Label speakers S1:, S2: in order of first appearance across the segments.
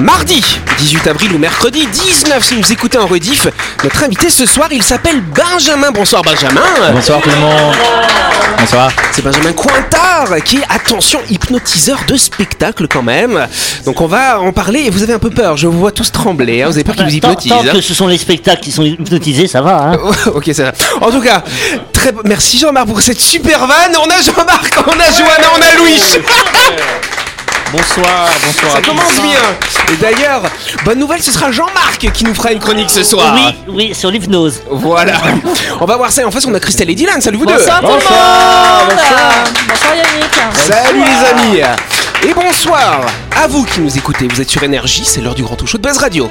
S1: mardi 18 avril ou mercredi 19 si vous écoutez en rediff. Notre invité ce soir, il s'appelle Benjamin. Bonsoir Benjamin.
S2: Bonsoir tout le monde. Bonsoir.
S1: C'est Benjamin Cointard qui est, attention, hypnotiseur de spectacle quand même. Donc on va en parler et vous avez un peu peur. Je vous vois tous trembler. hein. Vous avez peur qu'il vous
S3: Bah, Tant,
S1: hypnotise.
S3: tant
S1: hein. Euh,
S3: que ce sont les spectacles qui sont hypnotisés, ça va. Hein.
S1: ok, ça va. En tout cas, très... merci Jean-Marc pour cette super vanne. On a Jean-Marc, on a Johanna, on a Louis.
S2: Bonsoir, bonsoir.
S1: Ça commence bien. Et d'ailleurs, bonne nouvelle, ce sera Jean-Marc qui nous fera une chronique ce soir.
S3: Oui, oui, sur l'hypnose.
S1: Voilà. On va voir ça. Et en face, on a Christelle et Dylan. Salut vous
S4: Bonsoir tout
S1: deux.
S4: le monde
S2: bonsoir.
S4: Bonsoir Yannick
S1: Salut les amis. Et bonsoir à vous qui nous écoutez. Vous êtes sur Énergie, c'est l'heure du grand tout show de Buzz Radio.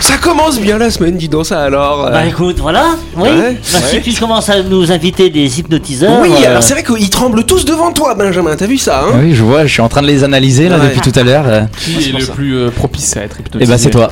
S1: Ça commence bien la semaine, dis donc ça alors.
S3: Bah écoute, voilà. Oui.
S1: Ouais,
S3: Bah,
S1: ouais.
S3: Si tu commences à nous inviter des hypnotiseurs.
S1: oui,
S3: euh,
S1: alors c'est vrai qu'ils tremblent tous devant toi, Benjamin. T'as vu ça hein
S2: Ah Oui, je vois, je suis en train de les analyser là
S1: Ouais.
S2: depuis tout à l'heure. euh.
S5: Qui est le plus euh, propice à être hypnotisé
S2: Et bah c'est toi.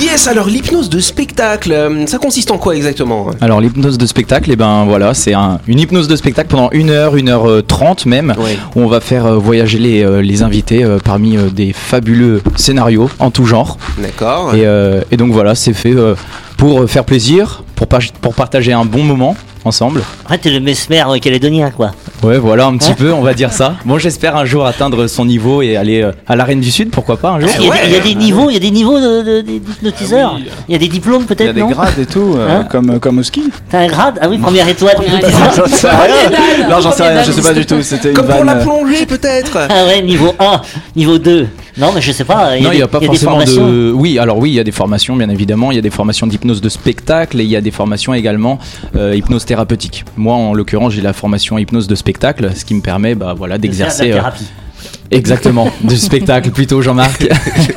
S1: Yes, alors l'hypnose de spectacle, euh, ça consiste en quoi exactement
S2: Alors l'hypnose de spectacle, et ben voilà, c'est un- une hypnose de spectacle pendant une heure, une heure euh, trente même,
S1: Oui.
S2: où on va faire euh, voyager les, euh, les invités euh, parmi euh, des fabuleux scénarios en tout genre.
S1: D'accord.
S2: Et, euh, et donc voilà, c'est fait euh, pour faire plaisir, pour, par- pour partager un bon moment ensemble.
S3: Ouais, t'es le mesmer euh, calédonien, quoi.
S2: Ouais, voilà un petit
S3: Hein
S2: peu, on va dire ça. Bon, j'espère un jour atteindre son niveau et aller euh, à l'arène du Sud, pourquoi pas un jour.
S6: Eh
S3: Il y a, des- il y a des niveaux, il y a des niveaux de- de- de- d'hypnotiseurs.
S5: oui.
S3: Il y a des diplômes
S6: Il y a
S3: peut-être,
S6: des
S3: non
S6: grades et tout, euh,
S3: Hein
S6: comme, comme au ski.
S3: T'as un grade Ah oui, première étoile. d'hypnotiseur.
S6: J'en sais rien. Non, j'en sais rien, je sais pas du tout. C'était une
S1: Comme pour
S6: vanne.
S1: la
S6: euh,
S1: plongée peut-être
S3: Ah ouais, niveau 1, niveau 2. Non, mais je sais pas.
S2: Non, il
S3: des-
S2: n'y a pas
S3: des
S2: forcément
S3: formations.
S2: de. Oui, alors oui, il y a des formations, bien évidemment. Il y a des formations d'hypnose de spectacle et il y a des formations également euh, hypnose thérapeutique. Moi, en l'occurrence, j'ai la formation hypnose de spectacle, ce qui me permet, bah voilà,
S3: de faire de
S2: d'exercer.
S3: la
S2: euh,
S3: thérapie.
S2: exactement, du spectacle plutôt, Jean-Marc.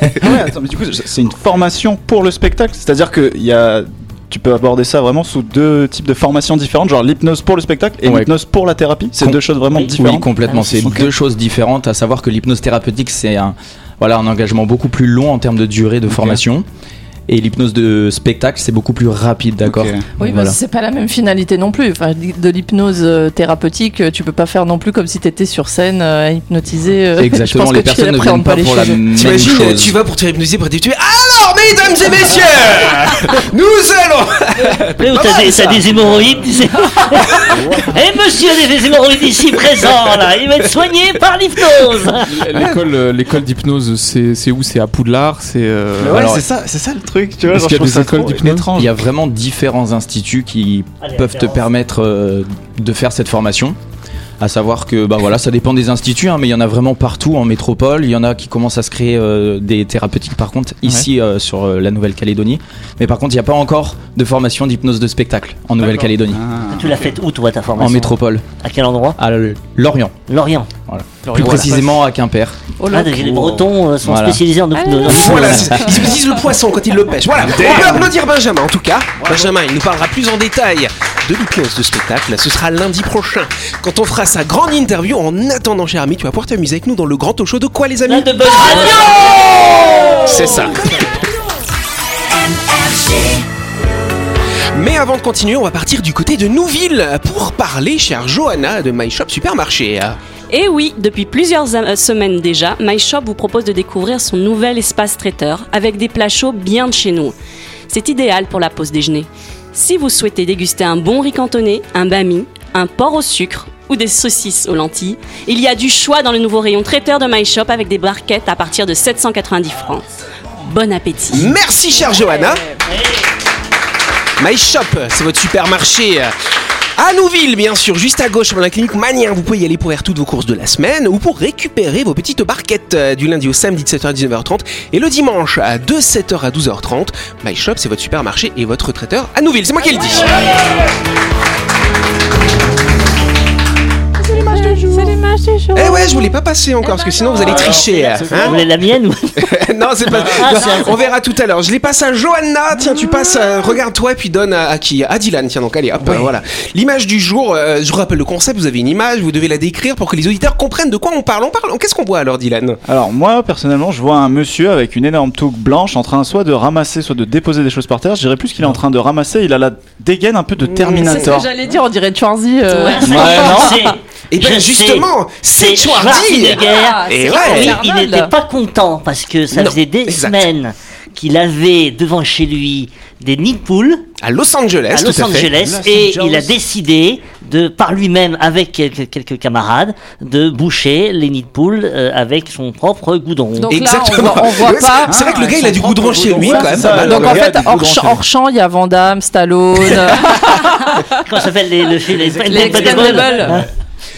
S6: ouais, attends, mais du coup, c'est une formation pour le spectacle. C'est-à-dire que il y a. Tu peux aborder ça vraiment sous deux types de formations différentes, genre l'hypnose pour le spectacle et
S2: Ouais.
S6: l'hypnose pour la thérapie. C'est
S2: Com-
S6: deux choses vraiment
S3: Oui,
S2: oui,
S6: différentes.
S2: complètement.
S3: Ah,
S2: C'est
S6: ok.
S2: deux choses différentes. À savoir que l'hypnose thérapeutique, c'est un voilà un engagement beaucoup plus long en termes de durée de formation. Et l'hypnose de spectacle, c'est beaucoup plus rapide, d'accord
S6: Ok.
S4: Oui,
S2: Voilà.
S4: parce que c'est pas la même finalité non plus. Enfin, de l'hypnose euh, thérapeutique, euh, tu peux pas faire non plus comme si t'étais sur scène euh, à hypnotiser. euh, je
S2: Exactement,
S4: pense
S2: les
S4: que tu
S2: personnes ne
S4: appréhendes
S2: viennent pas,
S4: pas les
S2: pour la
S4: choses.
S2: même
S1: T'imagines,
S2: chose.
S1: tu vas pour te faire hypnotiser par des tuyaux. Alors, mesdames et messieurs, nous allons.
S3: Oui, ou t'as des, t'as des hémorroïdes, tu sais. Eh monsieur, j'ai des hémorroïdes ici présents, là. Il va être soigné par l'hypnose.
S5: L'école, euh, l'école d'hypnose, c'est, c'est où C'est à Poudlard C'est. euh,
S6: Mais ouais,
S2: Alors-
S6: c'est ça, c'est ça le truc, tu vois.
S5: Est-ce
S6: genre,
S5: qu'il y a
S6: je trouve
S5: des
S6: ça
S5: écoles
S6: trop
S5: d'hypnose
S6: étrange.
S2: Il y a vraiment différents instituts qui
S3: Ah, les
S2: peuvent te
S3: références.
S2: permettre euh, de faire cette formation. À savoir que bah voilà, ça dépend des instituts, hein, mais il y en a vraiment partout en métropole. Il y en a qui commencent à se créer euh, des thérapeutiques, par contre, ici euh, sur euh, la Nouvelle-Calédonie. Mais par contre, il n'y a pas encore de formation d'hypnose de spectacle en Nouvelle-Calédonie,
S3: Tu l'as faite où, toi, ta formation
S2: en métropole,
S3: À quel endroit
S2: à l- Lorient,
S3: Lorient.
S2: plus précisément à Quimper.
S4: Oh là.
S3: Ah, les Bretons euh, sont
S2: Voilà.
S3: spécialisés en
S4: Allez,
S3: hypnose.
S1: Voilà, c'est- ils utilisent le poisson quand ils le pêchent. Voilà, on peut applaudir Benjamin en tout cas. Benjamin, il nous parlera plus en détail de l'hypnose de spectacle. Ce sera lundi prochain quand on fera sa grande interview. En attendant, cher ami, tu vas pouvoir t'amuser avec nous dans le grand talk show de quoi, les amis Ah,
S3: de bonnes radios.
S1: C'est ça. Mais avant de continuer, on va partir du côté de Nouville pour parler, chère Johanna, de My Shop Supermarché.
S7: Et oui, depuis plusieurs am- euh, semaines déjà, My Shop vous propose de découvrir son nouvel espace traiteur avec des plats chauds bien de chez nous. C'est idéal pour la pause déjeuner. Si vous souhaitez déguster un bon riz cantonné, un bami, un porc au sucre ou des saucisses aux lentilles, il y a du choix dans le nouveau rayon traiteur de My Shop avec des barquettes à partir de 790 francs. Bon appétit
S1: Merci, chère Johanna. My Shop, c'est votre supermarché. euh, À Nouville, bien sûr, juste à gauche, dans la clinique Manien, vous pouvez y aller pour faire toutes vos courses de la semaine ou pour récupérer vos petites barquettes euh, du lundi au samedi de 7h à 19h30 et le dimanche à de 7h à 12h30. My Shop, c'est votre supermarché et votre traiteur à Nouville. C'est moi qui le dis.
S4: C'est l'image du jour. ben
S1: Eh ouais, je voulais pas passer encore parce que sinon vous allez tricher. hein.
S3: Vous voulez la mienne ou
S1: non, c'est pas.
S3: Ah,
S1: non,
S3: c'est un-
S1: on verra tout à l'heure. Je les passe à Johanna. Tiens, tu passes. euh, Regarde-toi et puis donne à, à qui À Dylan. Tiens donc, allez, hop, euh, voilà. L'image du jour. euh, je vous rappelle le concept. Vous avez une image. Vous devez la décrire pour que les auditeurs comprennent de quoi on parle. On parle. Qu'est-ce qu'on voit alors, Dylan
S6: Alors moi personnellement je vois un monsieur avec une énorme touque blanche en train soit de ramasser soit de déposer des choses par terre. Je dirais plus qu'il est en train de ramasser. Il a la dégaine un peu
S1: Mm,
S6: de
S4: C'est ce que
S6: Terminator.
S4: j'allais dire, on dirait Schwarzy. euh,
S3: C'est-
S1: Et bien
S3: je
S1: Eh ben, justement, c'est
S3: sais, c'est Schwarzenegger.
S1: Schwarzy. Et ouais.
S3: Oui, il
S4: Arnold.
S3: n'était pas content parce que ça
S1: Non,
S3: faisait des
S1: exact.
S3: semaines qu'il avait devant chez lui des nids de poules
S1: À Los Angeles.
S3: à Los
S1: tout à fait.
S3: Angeles et il a décidé de par lui-même avec quelques, quelques camarades de boucher les nids de poules euh, avec son propre goudron.
S4: Donc
S1: Exactement.
S4: là, on voit, on voit
S1: Ouais, c'est-
S4: pas.
S1: C'est vrai
S3: Ah,
S1: que le gars, il a du goudron chez lui quand même.
S6: c'est ça,
S1: pas mal.
S4: Donc
S6: le
S4: en
S6: gars a
S4: fait,
S6: du
S4: hors,
S6: goudron
S4: champ-
S6: chez lui.
S4: hors champ, il y a Van Damme, Stallone.
S3: Comment ça s'appelle les- le film les,
S4: Les Expendables.
S3: Hein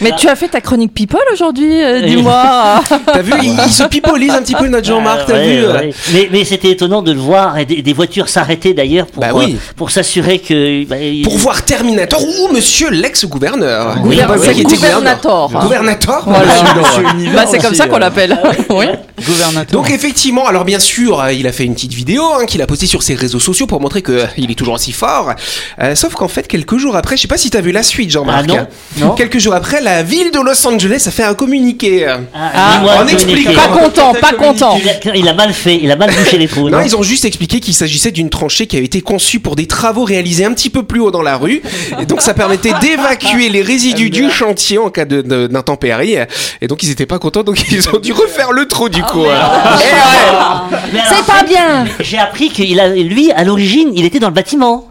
S4: Mais tu as fait ta chronique People aujourd'hui, euh, dis-moi.
S1: T'as vu, il, il se pipolise un petit peu notre Jean-Marc. T'as
S3: Ah, Ouais,
S1: vu euh,
S3: ouais. euh? Mais, mais c'était étonnant de le voir et des, des voitures s'arrêter d'ailleurs pour,
S1: Bah oui.
S3: euh, pour s'assurer que. bah, il-
S1: Pour voir Terminator ou Monsieur l'ex-gouverneur.
S3: Oui,
S1: Pas
S3: oui,
S1: vrai
S4: c'est
S1: qu'il était
S4: Gouvernator.
S1: Gouvernator
S4: Voilà.
S6: Monsieur Univers
S4: Bah, c'est comme
S6: aussi,
S4: ça qu'on
S6: euh,
S4: l'appelle. Oui.
S6: Gouvernateur.
S1: Donc effectivement, alors bien sûr, euh, il a fait une petite vidéo hein, qu'il a postée sur ses réseaux sociaux pour montrer que euh, il est toujours aussi fort. Euh, sauf qu'en fait, quelques jours après, je sais pas si t'as vu la suite, Jean-Marc. hein.
S3: Ah non, non.
S1: Quelques jours après, la ville de Los Angeles a fait un communiqué.
S3: Ah,
S4: Ah,
S3: dis-moi,
S1: on
S3: Dominique,
S1: explique
S3: il-
S1: pas
S4: Pas content, pas content.
S3: Il a, il a mal fait, il a mal bouché les trous.
S1: Non,
S3: non
S1: ils ont juste expliqué qu'il s'agissait d'une tranchée qui avait été conçue pour des travaux réalisés un petit peu plus haut dans la rue. Et donc, ça permettait d'évacuer les résidus du chantier en cas de- de- d'intempéries. Et donc, ils étaient pas contents, donc ils ont dû refaire le trou
S3: Ah
S1: du coup. hein. Eh ouais.
S3: Mais alors,
S8: pas bien
S3: J'ai appris que il a- lui, à l'origine, il était dans le bâtiment.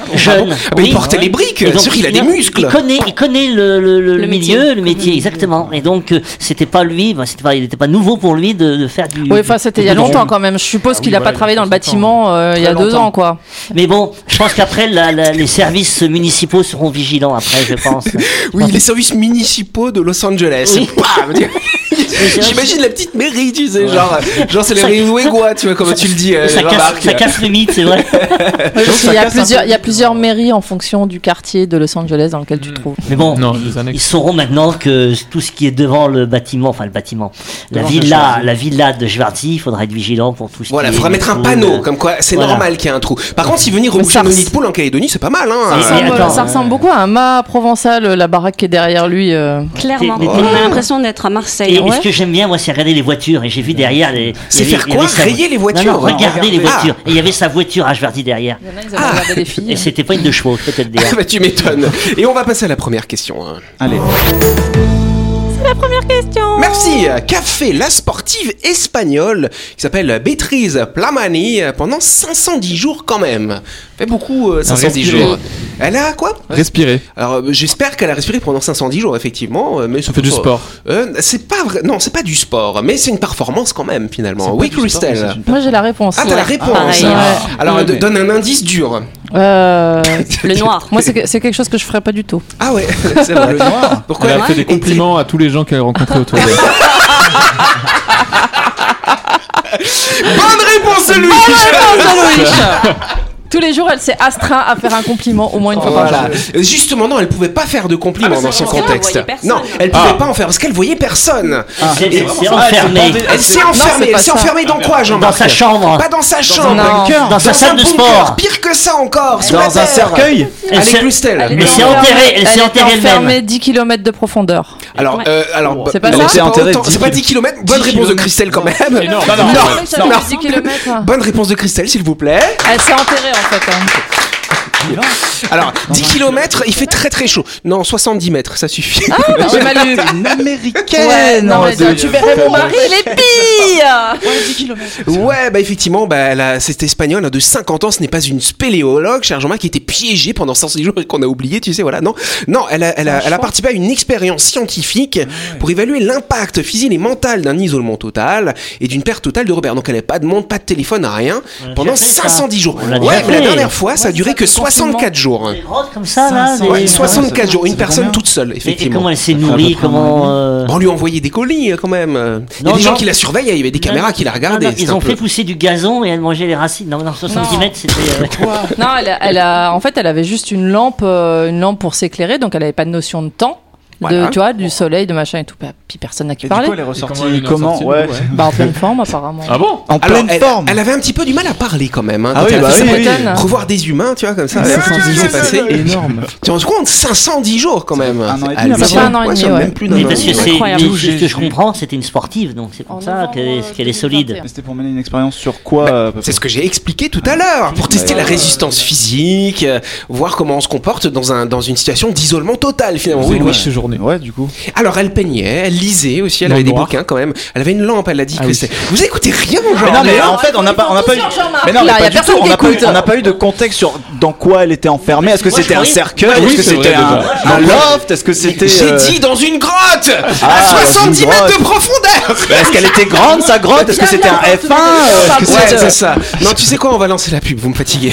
S1: Ah
S3: Jeune.
S1: Mais
S3: Ah oui.
S1: il portait les briques,
S3: Et
S1: c'est
S3: donc,
S1: sûr qu'il a des muscles.
S3: Il connaît, il connaît le, le- le- le
S4: métier. Mmh.
S3: milieu, le métier, exactement. Et donc, euh, c'était pas lui, bah, c'était pas, il n'était pas nouveau pour lui de, de faire du.
S4: Oui, enfin, c'était il y a
S3: du-
S4: longtemps quand même. Je suppose qu'il n'a pas travaillé dans le bâtiment euh, il y a
S3: Très
S4: deux
S3: longtemps.
S4: ans, quoi.
S3: Mais bon, je pense qu'après, la- la- les services municipaux seront vigilants après, je pense.
S1: Oui, les services municipaux de Los Angeles.
S3: Oui.
S1: Pam J'imagine la petite mairie, tu sais, genre, genre c'est les Riouégois, tu vois, comment tu le dis, euh,
S3: ça, casse,
S1: Jean-Marc.
S3: ça casse le mythe, c'est vrai.
S4: Parce qu'il y a plusieurs- Il y a plusieurs mairies en fonction du quartier de Los Angeles dans lequel tu te trouves.
S3: Mais bon,
S5: Non, les
S3: Ils
S5: annexes.
S3: sauront maintenant que tout ce qui est devant le bâtiment, enfin le bâtiment, la
S5: Devant
S3: villa,
S5: Schwarzy.
S3: la villa de Schwarzy, il faudra être vigilant pour tout ce
S1: Voilà,
S3: qui
S1: faudra
S3: est
S1: mettre un
S3: tout,
S1: panneau,
S3: euh,
S1: comme quoi c'est
S3: voilà.
S1: normal qu'il y ait un trou. Par contre, si venir reboucher
S4: ça
S1: nos
S4: res-
S1: nids de poule en Calédonie, c'est pas mal, hein.
S3: Mais-
S4: Ça ressemble,
S3: attends,
S4: Ah, ça ressemble beaucoup à un mât provençal, euh, la baraque qui est derrière lui. euh.
S7: Clairement.
S3: Mais- mais-
S7: On a l'impression d'être à
S3: Et,
S7: Marseille.
S3: et ce que j'aime bien, moi, c'est regarder les voitures. Et j'ai vu derrière les.
S1: C'est
S3: il y
S1: faire
S3: il y
S1: quoi
S3: sa-
S1: Rayer les voitures
S3: Non, non,
S1: Ah,
S3: regarder, les
S1: regarder.
S3: voitures. Et il y avait sa voiture à Schwarzy derrière.
S4: Il y en a, ils avaient regardé les filles.
S3: Et c'était pas une de chevaux, peut-être
S1: Ah,
S3: derrière.
S1: bah, tu m'étonnes. Et on va passer à la première question. hein.
S6: Allez.
S1: Merci. Café la sportive espagnole qui s'appelle Beatriz Plamani pendant 510 jours quand même. Fait beaucoup euh, 510
S5: respirer.
S1: jours. Elle a quoi
S5: Respirer.
S1: Alors euh, j'espère qu'elle a respiré pendant 510 jours effectivement, euh, mais ça Euh,
S5: fait du sport.
S1: c'est pas vrai. Non, c'est pas du sport, mais c'est une performance quand même finalement. Oui, Christelle.
S4: Moi, j'ai la réponse.
S1: Ah, t'as la réponse.
S4: Pareil, ouais.
S5: Ah.
S1: Alors euh, donne un indice dur.
S4: Euh,
S7: Le noir.
S4: Moi, c'est que- c'est quelque chose que je ferais pas du tout.
S1: Ah ouais, c'est vrai. Pourquoi
S5: Elle a fait des compliments à tous les gens qu'elle a rencontrés autour d'elle.
S1: Bonne réponse de Louis.
S4: Tous les jours, elle s'est astreinte à faire un compliment au moins une fois par
S1: Voilà.
S4: jour.
S1: Justement, non, elle pouvait pas faire de compliments dans son
S7: parce qu'elle
S1: contexte.
S7: voyait personne.
S1: Non, elle pouvait pas en faire parce qu'elle voyait personne.
S3: Ah, C'est-
S1: Ah,
S3: c'est- C'est enfermé.
S1: Elle s'est enfermée.
S4: c'est
S1: Elle
S4: pas
S1: s'est
S4: ça.
S1: enfermée dans quoi,
S3: Dans
S1: Jean-Marc
S3: sa chambre.
S1: Pas dans sa chambre.
S4: Non.
S3: Dans, sa
S1: un
S3: salle de
S1: bunker,
S3: sport.
S1: Pire que ça encore. sous la
S6: Dans un
S1: terre.
S6: cercueil.
S3: Elle
S1: Avec
S3: s'est-
S1: Christelle.
S3: Mais c'est enterré, elle s'est
S4: était
S3: enterrée
S4: enfermée
S3: elle-même.
S4: 10 km de profondeur.
S1: Alors,
S7: Ouais.
S1: euh, alors,
S4: C'est
S1: bah,
S4: pas
S1: non,
S4: ça
S1: c'est pas,
S6: Enterré
S1: autant-
S6: 10
S1: c'est pas 10 km. Bonne réponse de Christelle quand même.
S4: Non,
S6: Ah,
S1: non, non.
S4: 10
S6: hein.
S4: km.
S1: Bonne réponse de Christelle, s'il vous plaît.
S4: Elle s'est enterrée en fait. hein.
S1: Alors, 10 km, il fait très très chaud. Non, 70 mètres, ça suffit.
S4: Ah, bah, J'ai mal lu.
S6: Une
S4: Ouais,
S6: américaine. Oh,
S4: non, mais toi, tu verrais mon mari, il est pire
S1: Ouais, bah effectivement, bah, là, cette espagnole hein, de 50 ans, ce n'est pas une spéléologue, cher Jean-Marc, qui était piégée pendant 500 jours et qu'on a oublié, tu sais, voilà. Non, non elle, a, elle, a, elle a participé à une expérience scientifique
S3: Ah
S1: pour évaluer l'impact physique et mental d'un isolement total et d'une perte totale de repères. Donc elle n'avait pas de monde, pas de téléphone, rien
S3: On l'a
S1: pendant
S3: déjà fait, ça.
S1: 510 jours.
S3: On
S1: Ouais,
S3: l'a déjà
S1: mais la
S3: fait.
S1: dernière fois, ça a duré que 64 jours.
S3: Les rods comme ça, là.
S1: Ouais,
S3: les-
S1: 64 jours, une personne toute seule,
S3: Et- Et
S1: effectivement.
S3: comment elle s'est nourrie, comment. euh,
S1: On lui envoyait des colis euh, quand même. Il y a
S3: Non,
S1: des gens
S3: non.
S1: qui la surveillaient, il y avait des caméras qui la regardaient.
S3: Non, non,
S1: c'était
S3: ils
S1: un
S3: ont
S1: peu-
S3: fait pousser du gazon et elle mangeait les racines. Non, non, 70
S4: Non.
S3: mètres, c'était. euh,
S4: Non, elle a, elle a- en fait, elle avait juste une lampe, euh, une lampe pour s'éclairer, donc elle n'avait pas de notion de temps.
S1: Voilà.
S4: de, tu vois, du soleil, de machin et tout. Bah, Puis personne n'a qui
S6: Et du coup,
S4: parler.
S6: elle est ressortie
S5: comment elle est
S6: comment,
S5: ressortie,
S6: ouais.
S5: ouais.
S4: Bah, en pleine forme, apparemment.
S5: Ah bon
S6: En
S1: Alors,
S6: pleine
S1: elle,
S6: forme.
S1: elle avait un petit peu du mal à parler quand même. hein,
S6: Ah
S1: quand
S6: oui,
S1: elle a
S6: bah
S1: fait
S6: oui, Ah,
S1: ça.
S6: oui,
S4: m'étonne.
S1: Revoir des humains, tu vois, comme ça. tout ce qui s'est passé.
S9: énorme.
S1: Tu te rends compte 510 jours quand même. Ah,
S6: Un an et demi,
S1: hallucinant.
S6: Ça fait
S4: un an
S1: Ouais,
S4: et demi,
S1: ça fait
S4: ouais.
S1: même plus d'un
S3: Mais
S1: an.
S3: parce que c'est,
S7: Incroyable.
S3: mais c'est ce que je comprends, c'était une sportive, donc c'est
S4: En
S3: pour ça
S4: novembre, euh,
S3: qu'elle est, qu'elle est solide.
S6: Mais C'était pour mener une expérience sur quoi
S1: Bah,
S6: euh, à peu
S1: C'est
S6: près
S1: ce que j'ai expliqué tout à l'heure, pour tester la résistance physique, euh, voir comment on se comporte dans, un, dans une situation d'isolement total finalement.
S5: Vous
S1: Oui,
S5: avez
S1: oui.
S5: quoi cette journée
S6: Ouais, du coup.
S1: Alors elle peignait, elle lisait aussi, elle
S5: Dans
S1: avait
S5: le
S1: des
S5: noir.
S1: bouquins quand même, elle avait une lampe, elle a dit
S5: Ah
S1: que
S5: oui.
S1: c'est... Vous écoutez rien genre
S6: Mais non, mais
S1: hein
S6: en fait, on n'a pas, on n'a pas eu. Mais non, mais
S4: Là,
S6: pas
S4: y a
S6: du
S4: personne
S6: tout, on
S4: qui
S6: n'a pas, eu-
S4: écoute.
S6: on n'a pas eu de contexte sur dans quoi elle était enfermée. Est-ce que
S3: Moi, je
S6: c'était un
S3: croyais-
S6: cercueil
S5: Oui,
S6: Est-ce que
S5: c'est
S6: c'était
S5: vrai,
S6: un,
S5: déjà.
S6: un loft Est-ce que c'était.
S1: J'ai
S6: euh,
S1: dit dans une grotte
S6: Ah,
S1: À
S6: dans une
S1: 70 mètres
S6: grotte.
S1: de profondeur
S6: bah, Est-ce qu'elle était grande sa grotte Est-ce que c'était un F1 euh, Est-ce que
S1: Ouais,
S6: c'était-
S1: c'est ça. Non, tu sais quoi, on va lancer la pub, vous me fatiguez.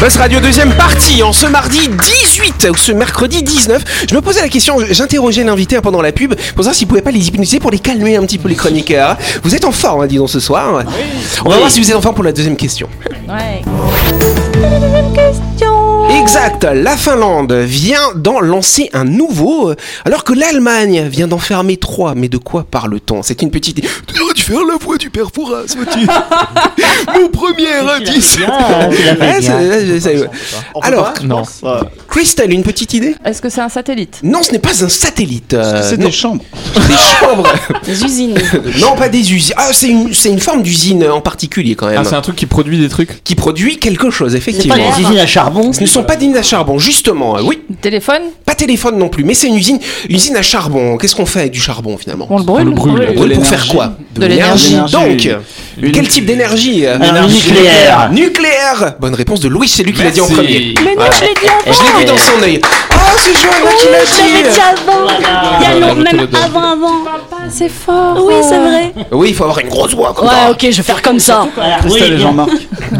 S1: Buzz Radio deuxième partie en ce mardi 18 ou ce mercredi 19. Je me posais la question, j'interrogeais l'invité pendant la pub pour savoir s'il pouvait pas les hypnotiser pour les calmer un petit peu les chroniqueurs. Vous êtes en forme, hein, disons ce soir. On va voir si vous êtes en forme pour la deuxième question.
S4: Ouais.
S1: Exact, la Finlande vient d'en lancer un nouveau, euh, alors que l'Allemagne vient d'en fermer trois. Mais de quoi parle-t-on C'est une petite. Tu dois faire la voix du père Fouras, vois-tu Mon premier
S3: Tu l'as fait
S1: indice.
S3: bien, tu l'as fait
S1: Ouais,
S3: bien.
S1: c'est- je sais, ouais. Alors,
S5: Non.
S9: Euh,
S1: Christelle, une petite idée
S4: Est-ce que c'est un satellite
S1: Non, ce n'est pas un satellite.
S6: Est-ce que
S1: euh,
S6: C'est
S1: non,
S6: des chambres.
S1: des chambres.
S7: Des usines.
S1: non, pas des usines. Ah, c'est une, c'est une forme d'usine en particulier quand même.
S5: Ah, c'est un truc qui produit des trucs.
S1: qui produit quelque chose,
S3: C'est pas
S1: effectivement.
S3: des usines à charbon.
S1: Ce ne sont pas des usines à charbon, justement. euh, Oui,
S4: Téléphone
S1: pas téléphone non plus, mais c'est une usine, usine à charbon. Qu'est-ce qu'on fait avec du charbon finalement
S4: On le brûle
S5: On le brûle.
S1: On brûle
S6: De
S1: pour faire quoi
S4: De l'énergie.
S1: Donc,
S5: Une-
S1: quel type d'énergie euh,
S3: Alors, nucléaire.
S1: Nucléaire Bonne réponse de Louis, c'est lui qui l'a dit en
S5: Merci.
S1: premier.
S7: Mais non, je l'ai dit avant.
S1: Je l'ai vu dans son œil. Oh, c'est Johanna qui l'a dit
S7: avant. Il y a long- même avant, avant. Oh.
S4: C'est fort
S7: Oui, c'est vrai.
S1: Oui, il faut avoir une grosse voix comme ça.
S7: Ouais, ok, je vais faire comme ça.
S3: Voilà, oui,
S6: Christelle et Jean-Marc.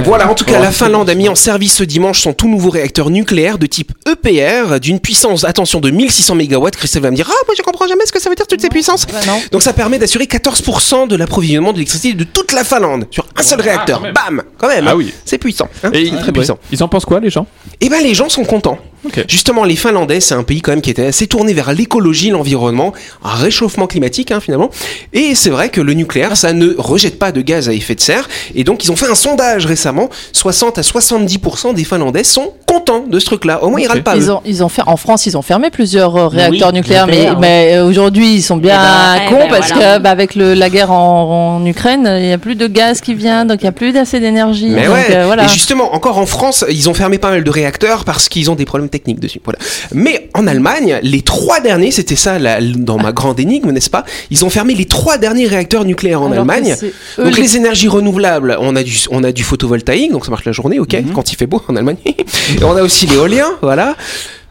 S1: Voilà, en tout cas, la Finlande a mis en service ce dimanche son tout nouveau réacteur nucléaire de type EPR, d'une puissance, attention, de 1600 MW. Christelle va me dire, ah, moi je comprends jamais ce que ça veut dire toutes ces puissances.
S4: Bah non.
S1: Donc ça permet d'assurer 14% de l'approvisionnement d'électricité de toute la Finlande sur un seul réacteur. Bam Quand même
S5: Ah
S1: hein.
S5: oui.
S1: C'est puissant. hein.
S5: Et
S1: C'est très puissant.
S5: Ils en pensent quoi, les gens
S1: Eh ben les gens sont contents.
S5: Ok.
S1: Justement, les Finlandais, c'est un pays quand même qui était assez tourné vers l'écologie, l'environnement, un réchauffement climatique hein, finalement. Et c'est vrai que le nucléaire, ça ne rejette pas de gaz à effet de serre. Et donc ils ont fait un sondage récemment. 60 à 70% des Finlandais sont contents de ce truc-là. Au moins ils
S5: Ok.
S1: râlent pas. eux.
S4: Ils ont, ils ont fait, en France, ils ont fermé plusieurs euh, réacteurs
S3: oui,
S4: nucléaires, mais,
S3: nucléaires,
S4: mais euh, aujourd'hui, ils sont bien
S7: Eh ben, eh ben,
S4: cons parce
S7: voilà.
S4: que bah, avec le, la guerre en, en Ukraine, il n'y a plus de gaz qui vient, donc il n'y a plus assez d'énergie.
S1: Mais
S4: donc,
S1: ouais,
S4: euh, voilà.
S1: et justement, encore en France, ils ont fermé pas mal de réacteurs parce qu'ils ont des problèmes techniques dessus. Voilà. Mais en Allemagne, les trois derniers, c'était ça la- dans ma grande énigme, n'est-ce pas Ils ont fermé les trois derniers réacteurs nucléaires en
S4: Alors que
S1: Allemagne.
S4: c'est eux
S1: Donc
S4: les-
S1: les énergies renouvelables, on a du on a du photovoltaïque, donc ça marche la journée, ok, quand il fait beau en Allemagne. Et on a aussi l'éolien, voilà.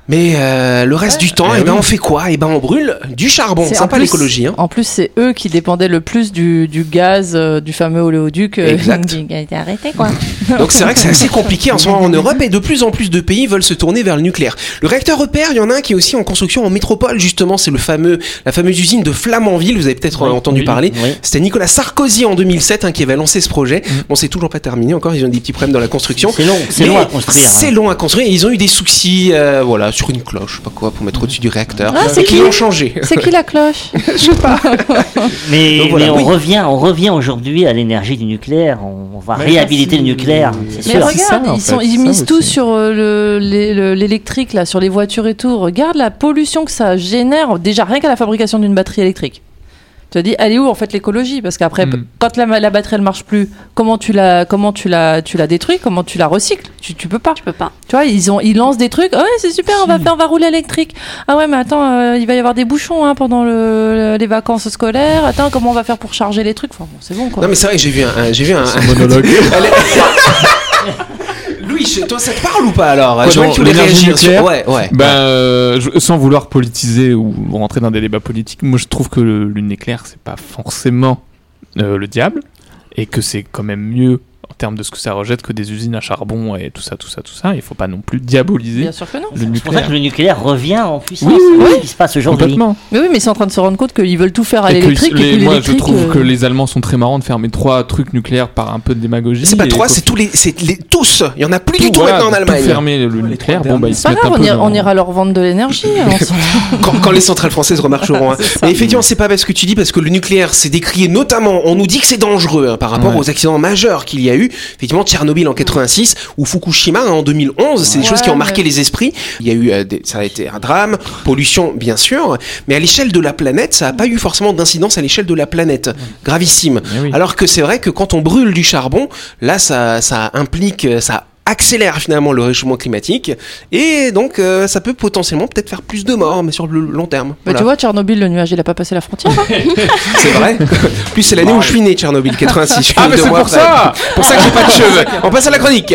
S1: Mais euh, le reste du temps, eh ben on fait quoi Eh ben on brûle du charbon.
S4: c'est- en
S1: Sympa
S4: plus-
S1: l'écologie. Hein.
S4: En plus, c'est eux qui dépendaient le plus du, du gaz, euh, du fameux oléoduc. euh,
S1: Exact.
S4: qui a été arrêté, quoi.
S1: Donc c'est vrai que c'est assez compliqué en ce moment en Europe et de plus en plus de pays veulent se tourner vers le nucléaire. Le réacteur EPR, il y en a un qui est aussi en construction en métropole justement, c'est le fameux la fameuse usine de Flamanville, vous avez peut-être euh, entendu
S5: oui,
S1: parler.
S3: oui.
S1: C'était Nicolas Sarkozy en 2007 hein, qui avait lancé ce projet. Bon, c'est toujours pas terminé encore, ils ont des petits problèmes dans la construction.
S3: Mm. C'est long, c'est
S1: Mais
S3: long à construire. hein.
S1: C'est long à construire et ils ont eu des soucis euh, voilà, sur une cloche, je sais pas quoi, pour mettre au-dessus du réacteur.
S4: Ah, c'est
S1: et qui
S4: qui
S1: l'ont changé.
S4: C'est qui la cloche
S3: Mais,
S1: Donc voilà,
S3: mais on
S1: oui.
S3: revient, on revient aujourd'hui à l'énergie du nucléaire. On va réhabiliter le nucléaire, c'est
S4: Mais
S3: sûr.
S4: regarde,
S5: ça, en
S4: ils,
S5: fait,
S4: sont,
S5: c'est
S4: ils
S5: ça
S4: misent tout
S5: aussi.
S4: sur euh, le- les- le- l'électrique, là, sur les voitures et tout. Regarde la pollution que ça génère, déjà rien qu'à la fabrication d'une batterie électrique. Tu te dis, elle est où en fait l'écologie Parce qu'après,
S5: Hmm.
S4: quand la, la batterie elle marche plus, comment tu la, comment tu la, tu la détruis Comment tu la recycles tu, tu peux pas.
S7: Je peux pas.
S4: Tu vois, ils, ont, ils lancent des trucs. Ah ouais, c'est super, on va faire, on va rouler électrique. Ah ouais, mais attends, euh, il va y avoir des bouchons hein, pendant le- le- les vacances scolaires. Attends, comment on va faire pour charger les trucs Enfin, bon, c'est bon quoi.
S1: Non mais c'est vrai que j'ai vu un, un- j'ai vu un,
S5: Monologue.
S1: Louis, Louis, toi ça te parle ou pas alors
S5: Quoi,
S1: Je vois
S5: dans
S1: que tu voulais
S5: l'énergie
S1: réagir sur-
S5: nucléaire
S1: Ouais, ouais.
S5: Ben, euh, je- sans vouloir politiser ou rentrer dans des débats politiques, moi je trouve que le- le nucléaire c'est pas forcément euh, le diable et que c'est quand même mieux en termes de ce que ça rejette que des usines à charbon et tout ça, tout ça, tout ça. Il faut pas non plus diaboliser
S4: Bien sûr que non.
S5: le
S3: C'est pour ça
S5: nucléaire.
S3: que le nucléaire revient en puissance.
S5: Oui, oui,
S3: C'est
S5: oui.
S3: ce qui se passe aujourd'hui.
S5: Complètement.
S4: Mais oui, mais ils sont en train de se rendre compte qu'ils veulent tout faire à
S5: Et que
S4: Ah, l'électrique.
S5: les-
S4: et puis
S5: moi, je
S4: l'électrique,
S5: trouve
S4: euh,
S5: que les Allemands sont très marrants de fermer trois trucs nucléaires par un peu de démagogie.
S1: C'est pas
S5: et
S1: trois,
S5: qu'au
S1: c'est tous les, c'est les tous. Il y en a plus du tout
S5: voilà,
S1: maintenant en
S5: de
S1: Allemagne.
S5: Tout fermer le nucléaire, bon bah ils
S4: C'est
S5: se
S4: pas
S5: mettent
S4: grave,
S5: un
S4: on,
S5: peu
S4: ira-
S5: dans-
S4: on ira leur vendre de l'énergie. alors, on s'en-
S1: quand, quand les centrales françaises remarcheront. hein.
S4: C'est ça.
S1: Mais effectivement, c'est pas parce que tu dis, parce que le nucléaire c'est décrié notamment, on nous dit que c'est dangereux hein, par rapport
S5: Ouais.
S1: aux accidents majeurs qu'il y a eu. Effectivement, Tchernobyl en 86 ou Fukushima hein, en 2011, c'est des
S4: Ouais,
S1: choses qui ont
S4: mais-
S1: marqué les esprits. Il y a eu, euh, des- ça a été un drame, pollution bien sûr, mais à l'échelle de la planète, ça n'a pas eu forcément d'incidence à l'échelle de la planète. Gravissime.
S5: Eh oui.
S1: Alors que c'est vrai que quand on brûle du charbon, là, ça, ça implique, euh, ça accélère finalement le réchauffement climatique et donc euh, ça peut potentiellement peut-être faire plus de morts, mais sur le long terme.
S4: Bah,
S1: Voilà.
S4: tu vois, Tchernobyl, le nuage, il a pas passé la frontière. hein.
S1: c'est vrai. plus c'est l'année où je suis né, Tchernobyl, 86. je suis
S5: Ah mais
S1: deux
S5: c'est
S1: mois
S5: pour
S1: après.
S5: ça
S1: Pour ça que j'ai pas de cheveux. On passe à la chronique.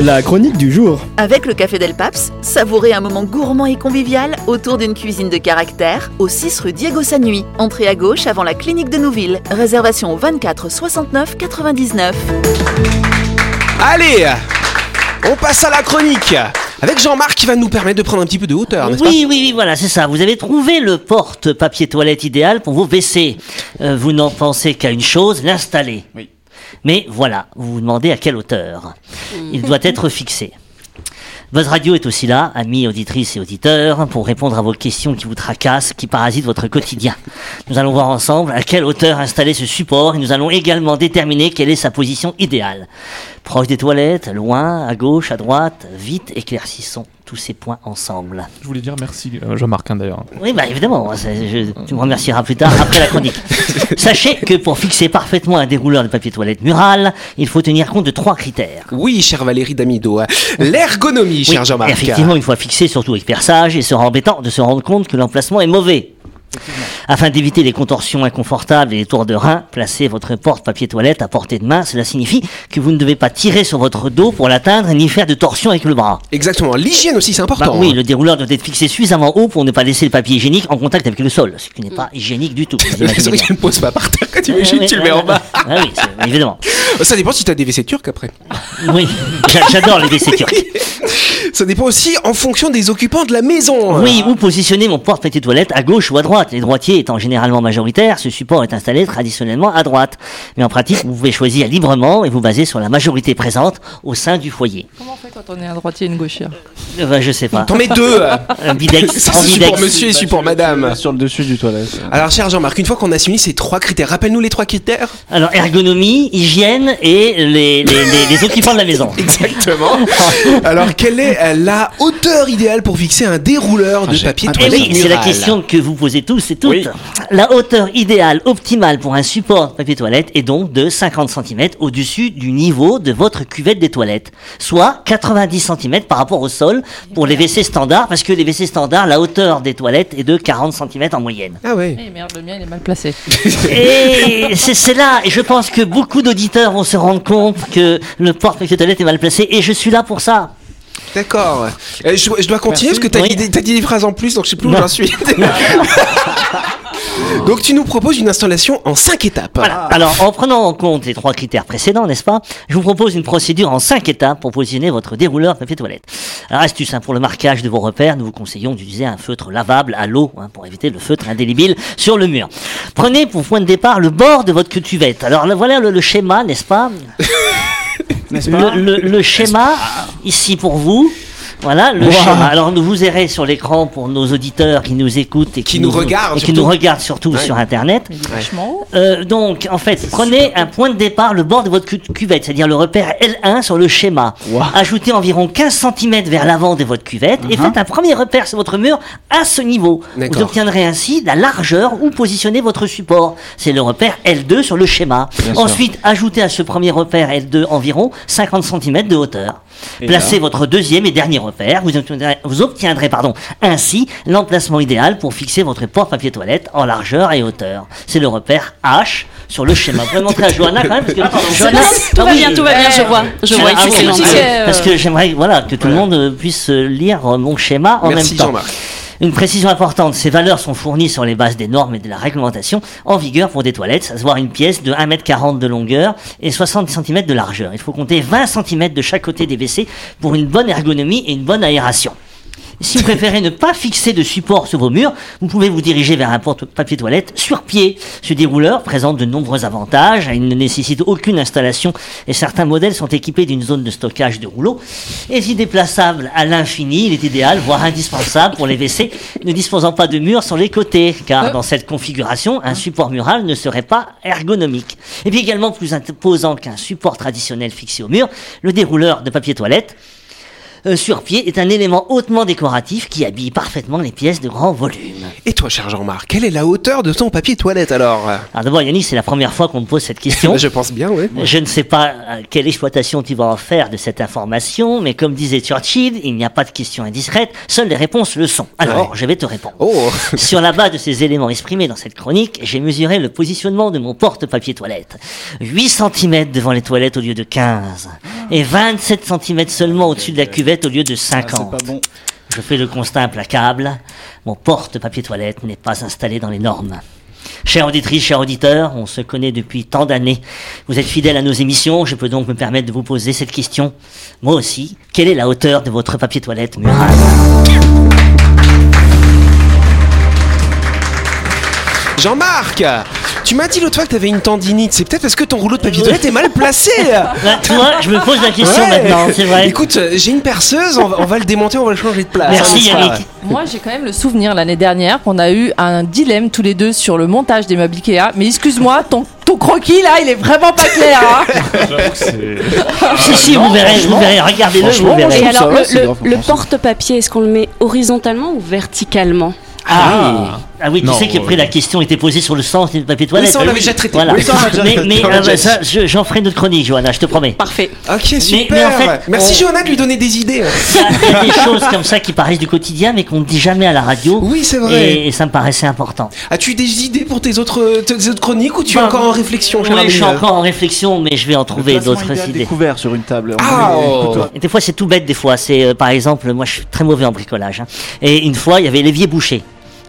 S9: La chronique du jour.
S8: Avec le Café Del Paps, savourez un moment gourmand et convivial autour d'une cuisine de caractère au 6 rue Diego Sanui. Entrée à gauche avant la clinique de Nouville. Réservation au 24 69 99.
S1: Allez, on passe à la chronique avec Jean-Marc qui va nous permettre de prendre un petit peu de hauteur, n'est-ce
S3: oui, oui, oui, voilà, c'est ça. Vous avez trouvé le porte-papier toilette idéal pour vos WC. Euh, vous n'en pensez qu'à une chose, l'installer.
S6: Oui.
S3: Mais voilà, vous vous demandez à quelle hauteur. Il doit être fixé. Buzz Radio est aussi là, amis auditrices et auditeurs, pour répondre à vos questions qui vous tracassent, qui parasitent votre quotidien. Nous allons voir ensemble à quelle hauteur installer ce support et nous allons également déterminer quelle est sa position idéale. Proche des toilettes, loin, à gauche, à droite, vite éclaircissons tous ces points ensemble.
S5: Je voulais dire merci euh, Jean-Marc hein, d'ailleurs.
S3: Oui, bah évidemment, ça, je- tu me remercieras plus tard après la chronique. Sachez que pour fixer parfaitement un dérouleur de papier toilette mural, il faut tenir compte de trois critères.
S1: pas Oui, cher Valérie Damido. L'ergonomie, cher
S3: Oui,
S1: Jean-Marc.
S3: Effectivement, il faut fixer surtout avec perçage et sera embêtant de se rendre compte que l'emplacement est mauvais. Afin d'éviter les contorsions inconfortables et les tours de rein, placez votre porte-papier toilette à portée de main. Cela signifie que vous ne devez pas tirer sur votre dos pour l'atteindre ni faire de torsion avec le bras.
S1: Exactement. L'hygiène aussi, c'est
S3: Bah
S1: important.
S3: oui, le dérouleur doit être fixé suffisamment haut pour ne pas laisser le papier hygiénique en contact avec le sol, ce qui n'est pas hygiénique du tout. vous
S1: Le
S3: imaginez
S1: truc,
S3: bien.
S1: tu le poses pas par terre, tu imagines,
S3: Ouais,
S1: tu le
S3: ouais,
S1: mets en
S3: ouais,
S1: bas.
S3: ouais. Ah oui, c'est- évidemment.
S1: Ça dépend si t'as des WC turcs après.
S3: Oui, j'a- j'adore les WC turcs.
S1: Ça dépend aussi en fonction des occupants de la maison.
S3: Oui, où positionner mon porte-papier toilette à gauche ou à droite Les droitiers étant généralement majoritaires, ce support est installé traditionnellement à droite. Mais en pratique, vous pouvez choisir librement et vous baser sur la majorité présente au sein du foyer.
S4: Comment on fait quand on est un droitier et une gauchière
S3: Euh, bah, je sais pas.
S1: T'en mets deux.
S3: Un bidex,
S1: Ça,
S3: en
S1: c'est support
S3: bidex.
S1: monsieur et support madame.
S6: Sur le dessus du toilette.
S1: Alors, cher Jean-Marc, une fois qu'on a souligné ces trois critères, rappelle-nous les trois critères.
S3: Alors, ergonomie, hygiène et les, les, les- les occupants de la maison.
S1: Exactement. Alors, quelle est euh, la hauteur idéale pour fixer un dérouleur
S6: Ah,
S1: de papier
S3: Eh
S1: toilette
S3: oui, c'est la
S1: mural
S3: question que vous posez tous et toutes.
S1: Oui.
S3: La hauteur idéale optimale pour un support papier toilette est donc de 50 cm au-dessus du niveau de votre cuvette des toilettes, soit 90 cm par rapport au sol pour les WC standards, parce que les WC standards, la hauteur des toilettes est de 40 cm en moyenne.
S1: Ah ouais.
S4: Eh merde, le mien, il est mal placé.
S3: Et c'est c'est là, et je pense que beaucoup d'auditeurs vont se rendre compte que le porte-papier toilette est mal placé, et je suis là pour ça.
S1: D'accord. Euh, Je, je dois continuer parce que t'as
S3: Oui.
S1: dit, des- t'as dit des phrases en plus, donc je sais plus où
S3: Non.
S1: j'en suis. donc, tu nous proposes une installation en cinq étapes.
S3: Voilà. Alors, en prenant en compte les trois critères précédents, n'est-ce pas, je vous propose une procédure en cinq étapes pour positionner votre dérouleur papier toilette. Alors, astuce hein, pour le marquage de vos repères, nous vous conseillons d'utiliser un feutre lavable à l'eau hein, pour éviter le feutre indélébile sur le mur. Prenez pour point de départ le bord de votre cuvette. Alors, là, voilà le, le schéma, n'est-ce pas
S6: N'est-ce
S3: le, le- le schéma ici pour vous. Voilà le schéma. Alors nous vous errez sur l'écran pour nos auditeurs qui nous écoutent et qui,
S1: Qui nous regardent
S3: et qui nous
S1: surtout.
S3: regardent surtout sur internet.
S4: Il est vachement haut.
S3: Euh, donc, en fait, prenez un point de départ, le bord de votre cu- cuvette, c'est-à-dire le repère L1 sur le schéma. Ajoutez environ 15 cm vers l'avant de votre cuvette et faites un premier repère sur votre mur à ce niveau. Vous
S1: D'accord.
S3: obtiendrez ainsi la largeur où positionner votre support. C'est le repère L2 sur le schéma. Ensuite, ajoutez à ce premier repère L2 environ 50 cm de hauteur.
S2: Et
S3: Placez votre deuxième et dernier repère. Vous obtiendrez, vous obtiendrez, pardon, ainsi l'emplacement idéal pour fixer votre porte-papier toilette en largeur et hauteur. C'est le repère H sur le schéma. Vous pouvez montrer à Johanna quand même parce que Johanna-
S7: Tout
S3: Ah
S7: va
S3: oui,
S7: bien, tout va bien, je vois. Je vois,
S3: ah, ah,
S7: il fait ses
S3: oui,
S4: bon,
S3: parce
S4: gentil.
S3: que-
S7: lentilles.
S3: Parce que j'aimerais voilà, que tout le monde euh, puisse euh, lire euh, mon schéma en
S1: Merci
S3: même temps.
S1: Jean-Marc.
S3: Une précision importante, ces valeurs sont fournies sur les bases des normes et de la réglementation en vigueur pour des toilettes, à savoir une pièce de 1m40 de longueur et 60 cm de largeur. Il faut compter 20 cm de chaque côté des WC pour une bonne ergonomie et une bonne aération. Si vous préférez ne pas fixer de support sur vos murs, vous pouvez vous diriger vers un porte-papier toilette sur pied. Ce dérouleur présente de nombreux avantages. Il ne nécessite aucune installation et certains modèles sont équipés d'une zone de stockage de rouleaux. Et si déplaçable à l'infini, il est idéal, voire indispensable pour les WC ne disposant pas de murs sur les côtés, car dans cette configuration, un support mural ne serait pas ergonomique. Et puis également plus imposant qu'un support traditionnel fixé au mur, le dérouleur de papier toilette euh, sur pied est un élément hautement décoratif qui habille parfaitement les pièces de grand volume.
S1: Et toi, cher Jean-Marc, quelle est la hauteur de ton papier toilette alors
S3: Alors d'abord Yannick, c'est la première fois qu'on me pose cette question.
S1: Je pense bien, oui.
S3: Je ne sais pas euh, quelle exploitation tu vas en faire de cette information, mais comme disait Churchill, il n'y a pas de questions indiscrètes, seules les réponses le sont. Alors,
S1: Ouais.
S3: je vais te répondre.
S1: Oh
S3: Sur la base de ces éléments exprimés dans cette chronique, j'ai mesuré le positionnement de mon porte-papier toilette. 8 cm devant les toilettes au lieu de 15. Et 27 cm seulement au-dessus de la cuvette au lieu
S1: Ah,
S3: de 50. Je fais le constat implacable. Mon porte-papier toilette n'est pas installé dans les normes. Chère auditrice, cher auditeur, on se connaît depuis tant d'années. Vous êtes fidèle à nos émissions, je peux donc me permettre de vous poser cette question. Moi aussi, quelle est la hauteur de votre papier toilette mural
S1: Jean-Marc Tu m'as dit l'autre fois que t'avais une tendinite, c'est peut-être parce que ton rouleau de papier toilette est mal placé
S3: Là, tu vois, Bah, je me pose la question
S1: Ouais.
S3: maintenant, c'est vrai.
S1: Écoute, euh, j'ai une perceuse, on va, on va le démonter, on va le changer de place. Hein,
S3: Merci,
S1: Ça ne sera-
S3: Yannick.
S4: Moi, j'ai quand même le souvenir l'année dernière qu'on a eu un dilemme tous les deux sur le montage des meubles Ikea. Mais excuse-moi, ton, ton croquis là, il est vraiment pas clair. hein.
S3: si, si, vous verrez, vous verrez, regardez-le, vous
S6: franchement, moi,
S7: Et
S3: verrez.
S6: je-
S7: alors,
S6: Ça va,
S7: le,
S6: c'est
S7: le-
S6: grave,
S7: le
S6: franchement.
S7: porte-papier, est-ce qu'on le met horizontalement ou verticalement
S3: Ah, ah oui, tu
S5: Non,
S3: sais qu'après
S5: euh,
S3: la question était posée sur le sens du papier toilette.
S1: Mais ça, on l'avait déjà traité.
S3: Voilà.
S1: Oui, ça, on l'a déjà
S3: mais
S1: traité.
S3: mais
S1: On l'a
S3: euh,
S1: déjà
S3: ça, je- j'en ferai notre chronique, Johanna, je te promets.
S7: Parfait.
S1: Ok, super
S3: mais en fait,
S1: Merci
S3: on-
S1: Johanna de lui donner des idées.
S3: Il y a- il y a des choses comme ça qui paraissent du quotidien, mais qu'on ne dit jamais à la radio.
S1: Oui, c'est vrai.
S3: Et, et ça me paraissait important.
S1: As-tu des idées pour tes autres, tes autres chroniques ou tu es
S3: Bah,
S1: encore en
S4: Oh,
S1: réflexion, cher
S3: Ouais,
S1: ami euh
S3: je suis encore en réflexion, mais je vais en trouver d'autres idées.
S6: découvert sur une table.
S1: Ah, oh.
S3: Et des fois, c'est tout bête, des fois. C'est, euh, par exemple, moi, je suis très mauvais en bricolage. hein. Et une fois, il y avait l'évier bouché.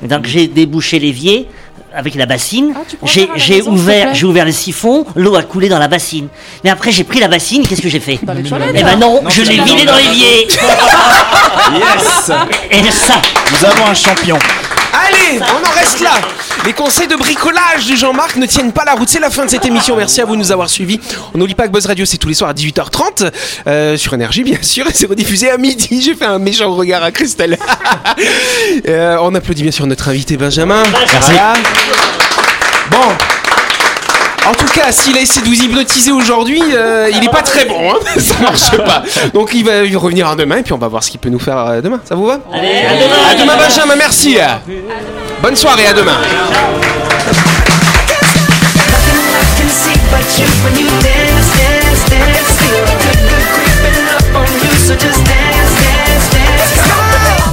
S3: Et Donc, j'ai débouché l'évier avec la bassine.
S4: Ah, tu pourras
S3: j'ai
S4: faire à la
S3: j'ai
S4: maison, s'il te
S3: ouvert,
S4: plaît.
S3: j'ai ouvert le siphon. L'eau a coulé dans la bassine. Mais après, j'ai pris la bassine. Qu'est-ce que j'ai fait
S4: Dans les toilettes.
S3: Eh ben non, je l'ai vidée dans l'évier.
S6: Yes
S3: Et ça,
S6: Nous avons un champion.
S1: Allez, on en reste là. Les conseils de bricolage du Jean-Marc ne tiennent pas la route. C'est la fin de cette émission. Merci à vous de nous avoir suivis. On n'oublie pas que Buzz Radio, c'est tous les soirs à 18h30 euh, sur Énergie, bien sûr. Et c'est rediffusé à midi. J'ai fait un méchant regard à Christelle. Euh, on applaudit bien sûr notre invité Benjamin. Voilà. Bon. En tout cas, s'il a essayé de vous hypnotiser aujourd'hui, euh, il n'est pas très bon. Hein ça marche pas. Donc il va y revenir demain et puis on va voir ce qu'il peut nous faire euh, demain. Ça vous va à demain Benjamin, merci. Bonne soirée, à demain.